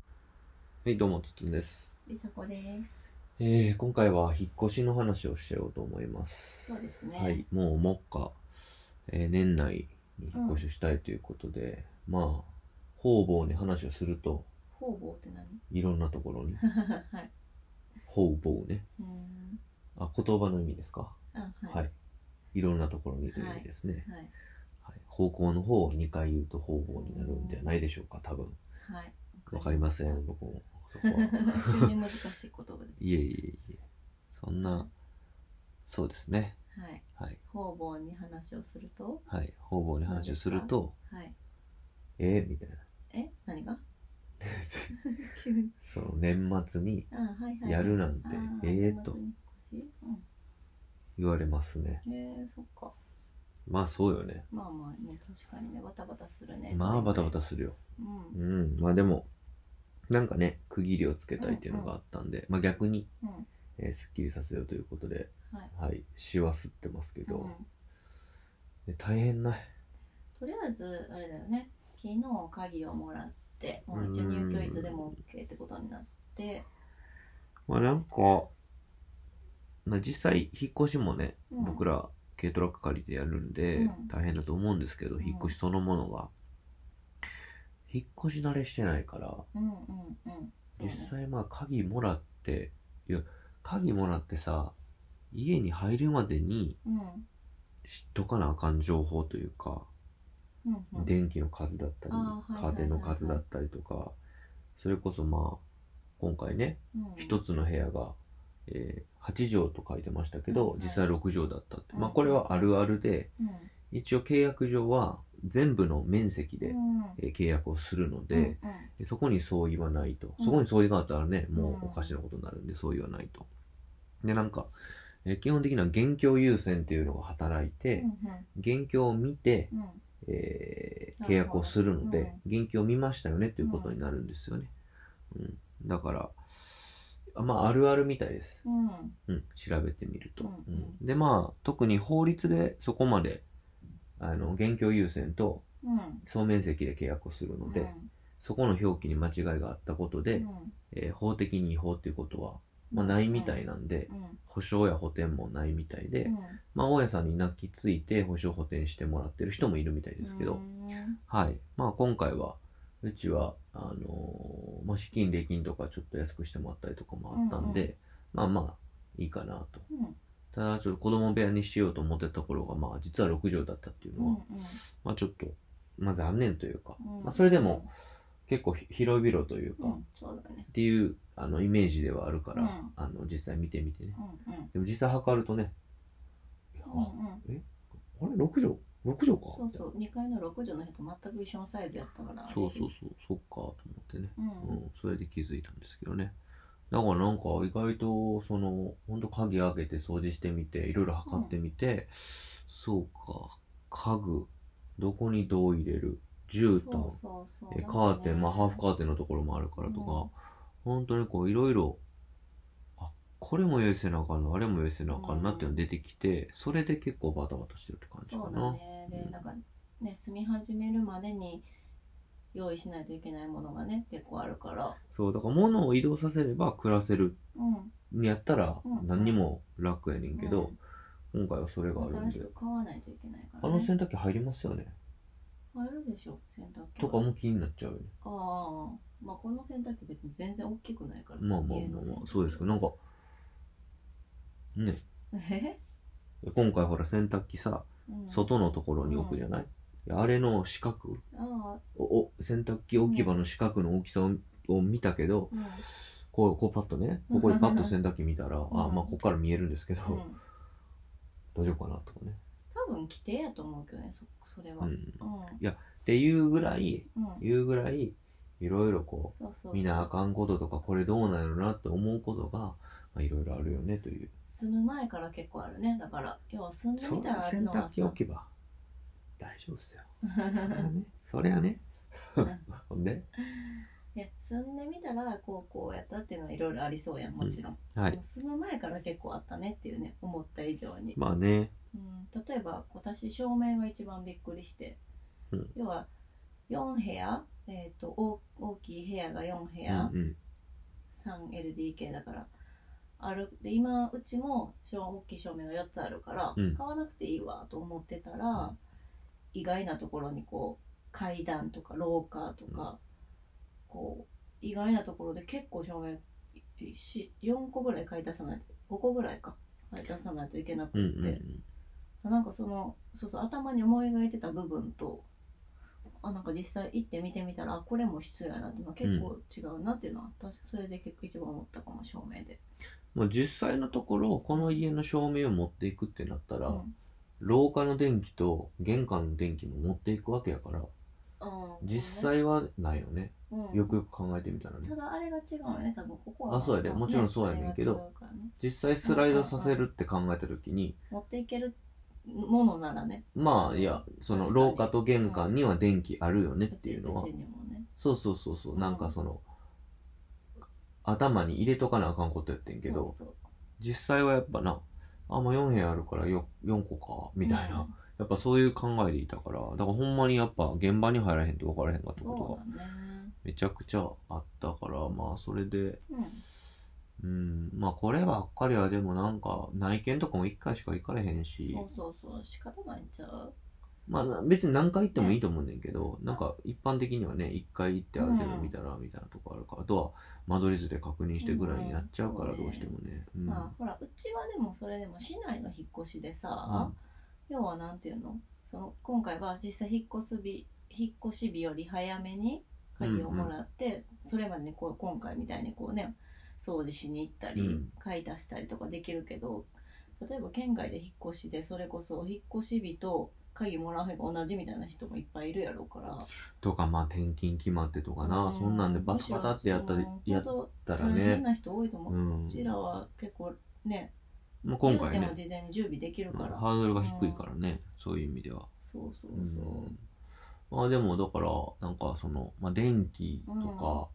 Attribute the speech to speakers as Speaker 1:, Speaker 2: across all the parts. Speaker 1: はい、どうも、つつんです。
Speaker 2: りさこです。
Speaker 1: えー、今回は引っ越しの話をしようと思います。
Speaker 2: そうですね。
Speaker 1: はい、もう、もっか、えー年内に引っ越ししたいということで、まあ、方々に話をすると、
Speaker 2: 方々って何？
Speaker 1: いろんなところに、
Speaker 2: はい。
Speaker 1: 方々ね、
Speaker 2: うーん。
Speaker 1: あ、言葉の意味ですか、
Speaker 2: あはい。
Speaker 1: はい。いろんなところにという意味ですね。
Speaker 2: はい。
Speaker 1: はい方向の方を2回言うと方々になるんじゃないでしょうか、多分。
Speaker 2: はい。
Speaker 1: わかりません、僕も。そこ は。
Speaker 2: 非常に難しい言葉で
Speaker 1: いえいえいえ。そんな、そうですね。
Speaker 2: す。はい。
Speaker 1: はい。
Speaker 2: 方々に話をすると、
Speaker 1: はい、方々に話をすると、
Speaker 2: はい。
Speaker 1: えー、みたいな。
Speaker 2: え、何 が？急に。
Speaker 1: その年末に
Speaker 2: あはいはい。
Speaker 1: やるなんて
Speaker 2: あー、
Speaker 1: ええと。
Speaker 2: 年末に引っ
Speaker 1: 言われますね。
Speaker 2: 越しうん。えー、そっか。
Speaker 1: まあそうよね。
Speaker 2: まあまあね、確かにね、バタバタするね。
Speaker 1: まあバタバ。タするよ。
Speaker 2: う。
Speaker 1: うんん。まあでも、なんかね、区切りをつけたいっていうのがあったんで、まあ逆に、
Speaker 2: うん。
Speaker 1: えーすっきりさせようということで、
Speaker 2: はい。
Speaker 1: はい、しはすってますけ
Speaker 2: う
Speaker 1: ど、
Speaker 2: ん。
Speaker 1: で大変な、
Speaker 2: とりあえずあれだよね昨日鍵をもらってもう一応入居いつでも OK ってことになって
Speaker 1: まあなんか、まあ実際引っ越しもね、
Speaker 2: うん
Speaker 1: 僕ら軽トラック借りてやるんで、
Speaker 2: うん
Speaker 1: 大変だと思うんですけど、
Speaker 2: うん
Speaker 1: 引っ越しそのものが、引っ越し慣れしてないから、
Speaker 2: うんうんうんそ
Speaker 1: 実
Speaker 2: うね
Speaker 1: 際まあ鍵もらっていや鍵もらってさ家に入るまでに
Speaker 2: うん
Speaker 1: 知っとかなあかん情報というか、
Speaker 2: うんうん
Speaker 1: 電気の数だったり
Speaker 2: あーはいはいはいはい
Speaker 1: 家電の数だったりとかそれこそまあ今回ね
Speaker 2: うん
Speaker 1: 一つの部屋が、えー8畳と書いてましたけど、
Speaker 2: はいはい
Speaker 1: 実際6畳だったって、まあ
Speaker 2: うん
Speaker 1: これはあるあるで
Speaker 2: うん
Speaker 1: 一応契約上は全部の面積で、
Speaker 2: うん
Speaker 1: えー契約をするので、
Speaker 2: うん
Speaker 1: でそこに相違はないと。
Speaker 2: うん
Speaker 1: そこに相違があったらね、もううんおかしなことになるんで、相違はないと。で、なんか、えー基本的には現況優先っていうのが働い
Speaker 2: うん
Speaker 1: て、
Speaker 2: うん
Speaker 1: 現況を見て、
Speaker 2: うん
Speaker 1: えー
Speaker 2: なるほど
Speaker 1: 契約をするので、
Speaker 2: う
Speaker 1: 現況を見ましたよねっていうことになるんですよね。うん。だから、あまあ、あるあるみたいです。
Speaker 2: うん
Speaker 1: うん、調べてみると、
Speaker 2: うんうん
Speaker 1: で、まあ、特に法律でそこまで、あの、現況優先と
Speaker 2: うん
Speaker 1: 総面積で契約をするので、そこの表記に間違いがあったことで、
Speaker 2: うん
Speaker 1: えー法的に違法っていうことは、まあ、
Speaker 2: うん
Speaker 1: ないみたいなんで、
Speaker 2: うん
Speaker 1: 保証や補填もないみたいで、
Speaker 2: うん
Speaker 1: まあ大家さんに泣きついて保証補填してもらってる人もいるみたいですけど、
Speaker 2: うん
Speaker 1: はいまあ今回はうちはあのーまあ、資金礼金とかちょっと安くしてもらったりとかもあったんで、
Speaker 2: うん
Speaker 1: まあまあいいかなと
Speaker 2: うん
Speaker 1: ただちょっと子供部屋にしようと思ってた頃がまあ実は6畳だったっていう
Speaker 2: う
Speaker 1: のは、
Speaker 2: ん
Speaker 1: まあちょっとまあ残念というか、
Speaker 2: うん
Speaker 1: まあ、それでも結構ひ広々というか、
Speaker 2: うんそうだね
Speaker 1: っていうあのイメージではあるから、
Speaker 2: うん
Speaker 1: あの実際見てみてね
Speaker 2: うんうん
Speaker 1: でも実際測るとねいや
Speaker 2: うんうん
Speaker 1: あれ6畳6畳か
Speaker 2: そうそう2階の6畳の部屋と全く一緒のサイズやったから
Speaker 1: そうそうそうそうかと思ってね、
Speaker 2: う
Speaker 1: うんん、それで気づいたんですけどねだからなんか意外とそのほんと鍵開けて掃除してみていろいろ測ってみて、そうか家具どこにどう入れる絨毯
Speaker 2: そうそうそう
Speaker 1: えカーテン、まあ、ハーフカーテンのところもあるからとか、
Speaker 2: うん
Speaker 1: 本当にこういろいろあこれも用意せなあかんなあれも用意せなあかんなっていうのが出てきて、それで結構バタバタしてるって感じか
Speaker 2: そうだ
Speaker 1: な、
Speaker 2: ねで、
Speaker 1: うん
Speaker 2: なんかね住み始めるまでに用意しないといけないものがね結構あるから
Speaker 1: そうだから物を移動させれば暮らせる
Speaker 2: うん
Speaker 1: にやったら
Speaker 2: うん
Speaker 1: 何にも楽やねんけど、今回はそれがあるん
Speaker 2: 新し
Speaker 1: で
Speaker 2: く買わないといけないか
Speaker 1: あ
Speaker 2: ら、
Speaker 1: の
Speaker 2: ね、
Speaker 1: 洗濯機入りますよね
Speaker 2: あるでしょ洗濯機
Speaker 1: とかも気になっちゃうよね
Speaker 2: ああまあこの洗濯機別に全然大きくないから
Speaker 1: まあまあ
Speaker 2: 家
Speaker 1: ま
Speaker 2: の
Speaker 1: あ
Speaker 2: 洗
Speaker 1: ま
Speaker 2: 濯
Speaker 1: あ
Speaker 2: 機
Speaker 1: そうですけどなんかね
Speaker 2: え、
Speaker 1: 今回ほら洗濯機さ
Speaker 2: うん、
Speaker 1: 外のところに置くじゃない、いやあれの四角
Speaker 2: ああ
Speaker 1: おお洗濯機置き場の四角の大きさをを見たけど、
Speaker 2: うん
Speaker 1: こうこうパッとねここにパッと洗濯機見たら、あまあここから見えるんですけど、
Speaker 2: うん
Speaker 1: 大丈夫かなとかね、
Speaker 2: 多分規定やと思うけどねそそれは
Speaker 1: う、
Speaker 2: うんん
Speaker 1: っ、ていうぐらい
Speaker 2: うん
Speaker 1: いうぐらいいろいろこ
Speaker 2: そうそうそう
Speaker 1: う見なあかんこととかこれどうなんやろなって思うことがまあいろいろあるよねという
Speaker 2: 住む前から結構あるねだから要は住んで
Speaker 1: そり
Speaker 2: みた
Speaker 1: ゃ
Speaker 2: らある
Speaker 1: 洗
Speaker 2: のは
Speaker 1: 濯機
Speaker 2: さ
Speaker 1: 置き場大丈夫っす よそりゃねそりゃねほ んで
Speaker 2: ね、住んでみたらこうこうやったっていうのはいろいろありそうやんもちろん、
Speaker 1: は
Speaker 2: で
Speaker 1: い
Speaker 2: も住む前から結構あったねっていうね思った以上に、
Speaker 1: まあね
Speaker 2: うん、例えば私照明が一番びっくりして、
Speaker 1: うん
Speaker 2: 要は4部屋、えー、と大大きい部屋が4部
Speaker 1: うん
Speaker 2: 屋、
Speaker 1: うん
Speaker 2: 3LDK だからあるで今うちも照大きい照明が4つあるから、
Speaker 1: うん
Speaker 2: 買わなくていいわと思ってたら、
Speaker 1: うん
Speaker 2: 意外なところにこう階段とか廊下とか、こう意外なところで結構照明4個ぐらい買い足さないと5個ぐらいか買い足さないといけなくて、
Speaker 1: うんうん
Speaker 2: なんかそのそうそう頭に思い描いてた部分とあなんか実際行って見てみたらあこれも必要やなって、まあ、結構違うなっていうのは、確かそれで結構一番思ったかも照明で、
Speaker 1: もう実際のところこの家の照明を持っていくってなった
Speaker 2: う
Speaker 1: ら、
Speaker 2: んうん
Speaker 1: 廊下の電気と玄関の電気も持っていくわけやから実際はないよね、
Speaker 2: うん
Speaker 1: よくよく考えてみたらね
Speaker 2: ただあれが違うよね多分ここは
Speaker 1: あそうやでもちろんそうやねんけど
Speaker 2: あれが違うからね
Speaker 1: 実際スライドさせるって考えた時に、
Speaker 2: 持っていけるものならね
Speaker 1: まあいやその
Speaker 2: 確かに
Speaker 1: 廊下と玄関には電気あるよねっ
Speaker 2: う
Speaker 1: て
Speaker 2: ち
Speaker 1: いうのは
Speaker 2: うちにもね
Speaker 1: そうそうそうそう、
Speaker 2: うん
Speaker 1: なんかその頭に入れとかなあかんことやってんけど
Speaker 2: そうそう
Speaker 1: 実際はやっぱなあまあ4部屋あるから 4, 4個かみたいな、
Speaker 2: うん
Speaker 1: やっぱそういう考えでいたからだからほんまにやっぱ現場に入らへんと分からへんかったことが
Speaker 2: そうだね
Speaker 1: めちゃくちゃあったからまあそれで
Speaker 2: うん
Speaker 1: うんまあこればっかりはでもなんか内見とかも1回しか行かれへんし
Speaker 2: そうそうそう仕方ないんちゃう
Speaker 1: まあ別に何回行ってもいいと思うねんけど、なんか一般的にはね、一回行ってある程度見たらみたいなとこあるから、あとは間取り図で確認してぐらいになっちゃうから
Speaker 2: うん
Speaker 1: どうしてもね。うん。
Speaker 2: まあほらうちはでもそれでも市内の引っ越しで
Speaker 1: うん
Speaker 2: さ、要はなんていうのその今回は実際引っ越す日引っ越し日より早めに鍵をもらって、それまでにこう今回みたいにこうね掃除しに行ったり、
Speaker 1: うん
Speaker 2: 買い出したりとかできるけど例えば県外で引っ越しでそれこそ引っ越し日と鍵もらう日が同じみたいな人もいっぱいいるやろうから
Speaker 1: とかまあ転勤決まってとかな、
Speaker 2: う
Speaker 1: そんなんでバタバタってやったり
Speaker 2: むし
Speaker 1: や
Speaker 2: ろ
Speaker 1: っ
Speaker 2: その
Speaker 1: たら
Speaker 2: 本当大変
Speaker 1: ね、
Speaker 2: な人多いと思う、
Speaker 1: う。
Speaker 2: うんちらは結構ね
Speaker 1: まあ、今回
Speaker 2: 言
Speaker 1: ね
Speaker 2: うても、事前に準備できるから、
Speaker 1: ハードルが低いからね、そういう意味では。
Speaker 2: そうそう
Speaker 1: う
Speaker 2: そ
Speaker 1: ん。まあでもだから、なんかその、まあ電気とか、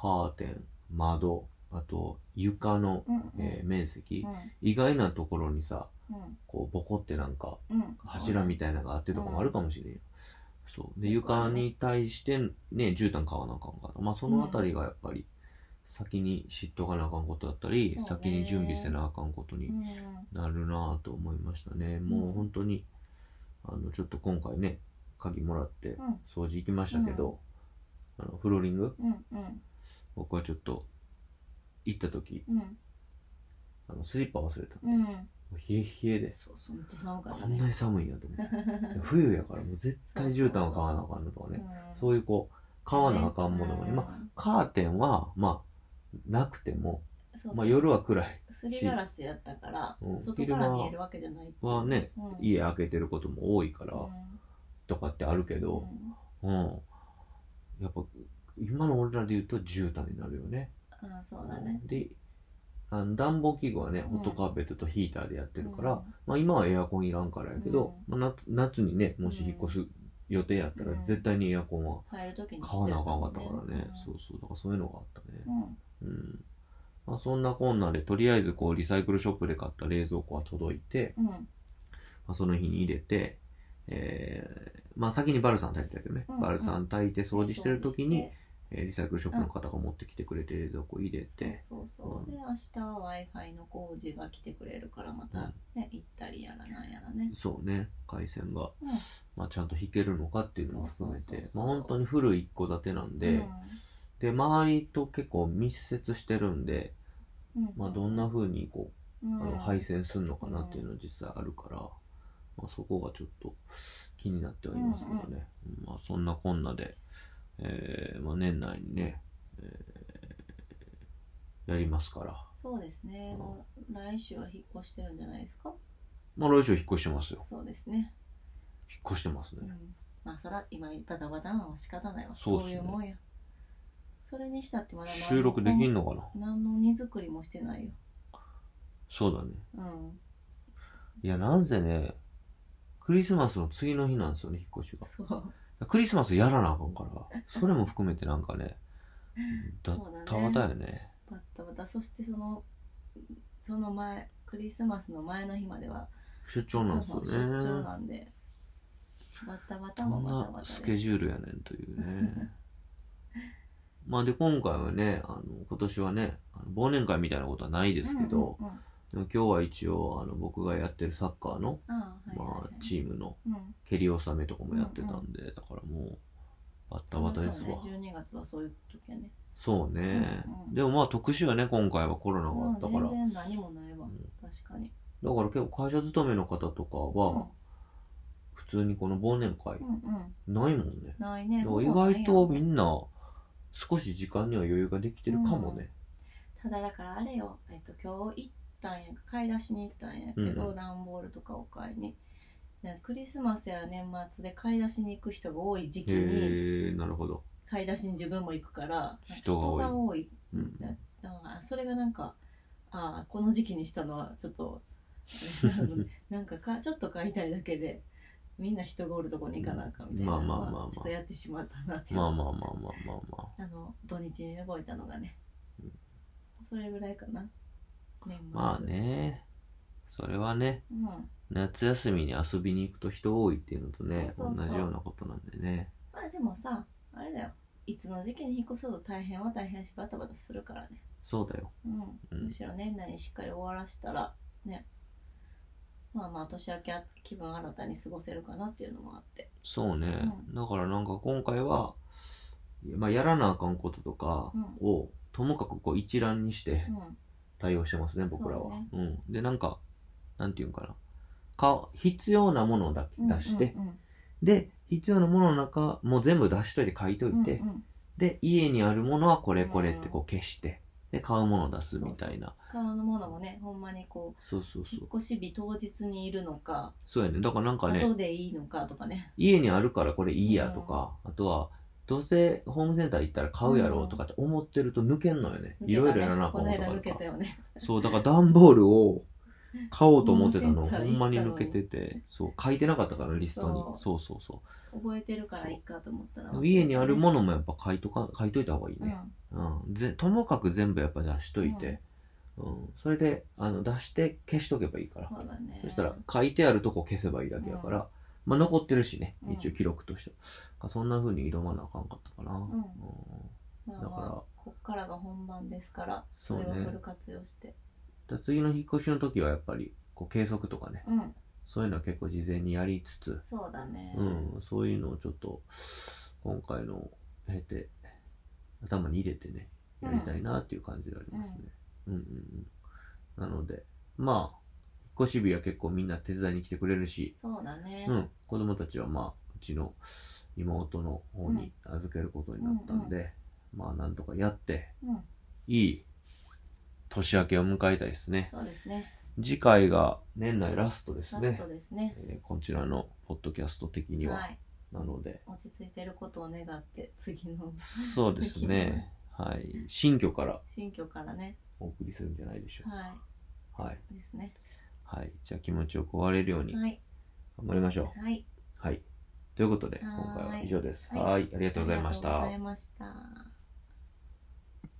Speaker 1: カーテン、窓、あと床の、
Speaker 2: う、うんうん
Speaker 1: えー面積、
Speaker 2: うん
Speaker 1: 意外なところにさ
Speaker 2: うん
Speaker 1: こうボコってなんか
Speaker 2: うん
Speaker 1: 柱みたいなのがあってとかもあるかもしれんよ、そうで床に対してね絨毯買わなあかんからまあそのあたりがやっぱり先に知っとかなあかんことだったり、
Speaker 2: そうね
Speaker 1: 先に準備せなあかんこと
Speaker 2: う
Speaker 1: に
Speaker 2: ん
Speaker 1: なるなあと思いましたね、もう本当にあのちょっと今回ね鍵もらって
Speaker 2: うん
Speaker 1: 掃除行きましたけど、あのフローリング
Speaker 2: うんうん
Speaker 1: 僕はちょっと行った時
Speaker 2: うん
Speaker 1: あのスリッパ忘れた、
Speaker 2: うんうん
Speaker 1: もう冷え冷えで
Speaker 2: そうそうめっちゃ寒かっ
Speaker 1: こ
Speaker 2: た
Speaker 1: ん
Speaker 2: ね
Speaker 1: なに寒いんやと思 って冬やからもう絶対絨毯を買わなあかんのとかねそうういうこう買わなあかんものがね、まあ、カーテンはまあなくても、
Speaker 2: あ、そうそう
Speaker 1: まあ、夜は暗い
Speaker 2: すりガラスやったから、
Speaker 1: うん
Speaker 2: 外から見えるわけじゃないっていう
Speaker 1: はね、
Speaker 2: うん、
Speaker 1: 家開けてることも多いから
Speaker 2: うん
Speaker 1: とかってあるけど、うんやっぱ今の俺らで言うと絨毯になるよね
Speaker 2: うんあそうだね
Speaker 1: であの暖房器具はね
Speaker 2: う
Speaker 1: ホ
Speaker 2: ん
Speaker 1: ットカーペットとヒーターでやってるから、
Speaker 2: うん
Speaker 1: まあ、今はエアコンいらんからやけど、まあ、夏夏にねもし引っ越す予定やったら
Speaker 2: うん
Speaker 1: 絶対にエアコンは
Speaker 2: 入る時に
Speaker 1: 買わなあかんかったからね、
Speaker 2: うん、
Speaker 1: そうそうだからそういうのがあったね
Speaker 2: うん
Speaker 1: うん、まあ、そんなこんなでとりあえずこうリサイクルショップで買った冷蔵庫は届いて、
Speaker 2: うん
Speaker 1: まあ、その日に入れてえー、まあ先にバルサン炊いてたけどね、
Speaker 2: うんうん
Speaker 1: バルサン炊いて掃除してる時に、
Speaker 2: 掃除して
Speaker 1: えーリサイクルショップの方が持ってきてくれて冷蔵庫入れて、
Speaker 2: そうそうそう、
Speaker 1: うん
Speaker 2: で明日は w i f i の工事が来てくれるからまたね、行ったりやらなんやらね
Speaker 1: そうね回線が、
Speaker 2: うん
Speaker 1: まあ、ちゃんと引けるのかっていうのも含め
Speaker 2: そうそう
Speaker 1: て
Speaker 2: そうそ
Speaker 1: ま
Speaker 2: う
Speaker 1: あ本当に古い一戸建てなんで、で周りと結構密接してるんで、
Speaker 2: うんうん
Speaker 1: まあ、どんな風にこう
Speaker 2: うん
Speaker 1: あの配線するのかなっていうのは実際あるから、まあ、そこがちょっと気になってはいますけどね、うんまあ、そんなこんなで、えーまあ、年内にね、えーやりますから、
Speaker 2: そうですね、もう来週は引っ越してるんじゃないですか
Speaker 1: まあ、来週引っ越してますよ
Speaker 2: そうですね、
Speaker 1: 引っ越してます
Speaker 2: う
Speaker 1: ね、
Speaker 2: ん、まあそら今バタバタなのは仕方ないわ
Speaker 1: そ
Speaker 2: そうう,、
Speaker 1: っすね
Speaker 2: いうもんやそれにしたってまだ
Speaker 1: 収録でき
Speaker 2: ん
Speaker 1: んのかな
Speaker 2: 何の荷造りもしてないよ
Speaker 1: そうだね
Speaker 2: うん
Speaker 1: いやなんせねクリスマスの次の日なんですよね引っ越し
Speaker 2: そう
Speaker 1: がクリスマスやらなあかんからそれも含めてなんかねだ
Speaker 2: そうだね
Speaker 1: たわたよね
Speaker 2: バッタバタそしてそのその前クリスマスの前の日までは
Speaker 1: 出張なんですよね
Speaker 2: そうそう出張なんでバタバタ
Speaker 1: そ
Speaker 2: も
Speaker 1: ん
Speaker 2: バタ
Speaker 1: な
Speaker 2: バタ
Speaker 1: スケジュールや ねんというねまあで今回はねあの今年はねああの忘年会みたいなことはないですけど、
Speaker 2: うんうんうん
Speaker 1: でも今日は一応あの僕がやってるサッカーの、
Speaker 2: ああはいはい
Speaker 1: ま
Speaker 2: はい
Speaker 1: あ、チームの
Speaker 2: うん
Speaker 1: 蹴り納めとかもやってたんで、だからもうバッタバタですわ
Speaker 2: そうね12月はそういう時やね
Speaker 1: そうね、
Speaker 2: うんうん
Speaker 1: でもまあ特殊やね今回はコロナがあったから、
Speaker 2: うん全然何もないわ、
Speaker 1: うん
Speaker 2: 確かに、
Speaker 1: だから結構会社勤めの方とかは普通にこの忘年会
Speaker 2: うん、うんうん
Speaker 1: ないもんね、
Speaker 2: ないね
Speaker 1: だから意外とみんな少し時間には余裕ができてるかもね、
Speaker 2: ただだからあれよ、えっと、今日行ったんや買い出しに行ったんやけ
Speaker 1: うんう
Speaker 2: ど、
Speaker 1: ん
Speaker 2: 段、ボールとかを買いにでクリスマスや年末で買い出しに行く人が多い時期に
Speaker 1: へえなるほど、
Speaker 2: 買い出しに自分も行くから
Speaker 1: 人が多い
Speaker 2: 人が多い
Speaker 1: うん、
Speaker 2: だからそれがなんかああこの時期にしたのはちょっと なんかかちょっと買いたいだけでみんな人がおるとこに行かなあかんみたいな
Speaker 1: まあまあまあまあ
Speaker 2: ちょっとやってしまったなっていう
Speaker 1: まあまあまあまあまあまあ
Speaker 2: あの土日に動いたのがね、それぐらいかな年末
Speaker 1: まあねそれはね
Speaker 2: うん
Speaker 1: 夏休みに遊びに行くと人多いっていうのとね
Speaker 2: そうそうそう
Speaker 1: 同じようなことなんでね
Speaker 2: まあでもさあれだよいつの時期に引っ越すと大変は大変やしバタバタするからね、
Speaker 1: そうだよ
Speaker 2: うん
Speaker 1: うん
Speaker 2: むしろ年内にしっかり終わらせたらねまあまあ年明けは気分新たに過ごせるかなっていうのもあって
Speaker 1: そうね、だからなんか今回は、まあ、やらなあかんこととかを、ともかくこう一覧にして
Speaker 2: うん
Speaker 1: 対応してますね僕らは
Speaker 2: そうね
Speaker 1: うん、でなんかなんていうんかなか必要なものをだけ出して、
Speaker 2: うんうん
Speaker 1: で必要なものの中もう全部出しといて書いといて、
Speaker 2: うんうん
Speaker 1: で家にあるものはこれこれってこう消して、で買うものを出すみたいな
Speaker 2: 買うものもねほんまにこう
Speaker 1: そうそうそう
Speaker 2: 引っ越し日当日にいるのか
Speaker 1: そうやねだからなんかね
Speaker 2: 後でいいのかとかね
Speaker 1: 家にあるからこれいいやとか、あとはどうせホームセンター行ったら買うやろうとかって思ってると抜けんのよね、
Speaker 2: 抜
Speaker 1: い
Speaker 2: けたね
Speaker 1: ろいろやらなあか
Speaker 2: こ
Speaker 1: ん
Speaker 2: の
Speaker 1: こと
Speaker 2: 間
Speaker 1: があ
Speaker 2: 抜
Speaker 1: るか
Speaker 2: け
Speaker 1: ら
Speaker 2: たよね
Speaker 1: そうだから段ボールを買おうと思ってたの
Speaker 2: ホームセンタ
Speaker 1: ほ
Speaker 2: ー行ったのに
Speaker 1: んまに抜けててそう書いてなかったからリストに
Speaker 2: そ
Speaker 1: そ
Speaker 2: う
Speaker 1: うそうそ
Speaker 2: 覚えてるからいいかと思ったら
Speaker 1: う家にあるも
Speaker 2: の
Speaker 1: のもやっぱ書いとか書いといた方がいいね、うん、ぜともかく全部やっぱ出しといて、うんそれであの出して消しとけばいいから、
Speaker 2: そうだね
Speaker 1: そしたら書いてあるとこ消せばいいだけやから、まあ、残ってるしね
Speaker 2: うん
Speaker 1: 一応記録として、はそんな風に挑まなあかんかったかな、
Speaker 2: んまあ
Speaker 1: だ
Speaker 2: ま
Speaker 1: から
Speaker 2: あこっからが本番ですから
Speaker 1: そ
Speaker 2: そう
Speaker 1: ね
Speaker 2: れをフル活用して
Speaker 1: で次の引っ越しの時はやっぱりこう計測とかね
Speaker 2: うん
Speaker 1: そういうのは結構事前にやりつつ、
Speaker 2: そうだね
Speaker 1: うん、そういうのをちょっと今回の経て頭に入れてねやりたいなっていう感じがありますね、うん、うんうんなのでまあ引っ越し日は結構みんな手伝いに来てくれるし、
Speaker 2: そうだね
Speaker 1: うん、子供たちはまあうちの妹の方に預けることになったんで、まあなんとかやって
Speaker 2: うん
Speaker 1: いい年明けを迎えたいですね
Speaker 2: そうですね
Speaker 1: 次回が年内ラストです
Speaker 2: ラ
Speaker 1: ね
Speaker 2: ストですね
Speaker 1: えーこちらのポッドキャスト的には、
Speaker 2: はい
Speaker 1: なので
Speaker 2: 落ち着いてることを願って次 の
Speaker 1: そうですね。はい。新居から
Speaker 2: 新居からね
Speaker 1: お送りするんじゃないでしょう
Speaker 2: は
Speaker 1: か。はい。
Speaker 2: いですね
Speaker 1: はい。じゃあ気持ちよく終われるように頑
Speaker 2: はい
Speaker 1: 張りましょ
Speaker 2: はいあ
Speaker 1: う。はい。ということで、
Speaker 2: はーい
Speaker 1: 今回は以上です。
Speaker 2: はい
Speaker 1: はーい。ありがとうございまし
Speaker 2: りがと
Speaker 1: た
Speaker 2: うござい。ました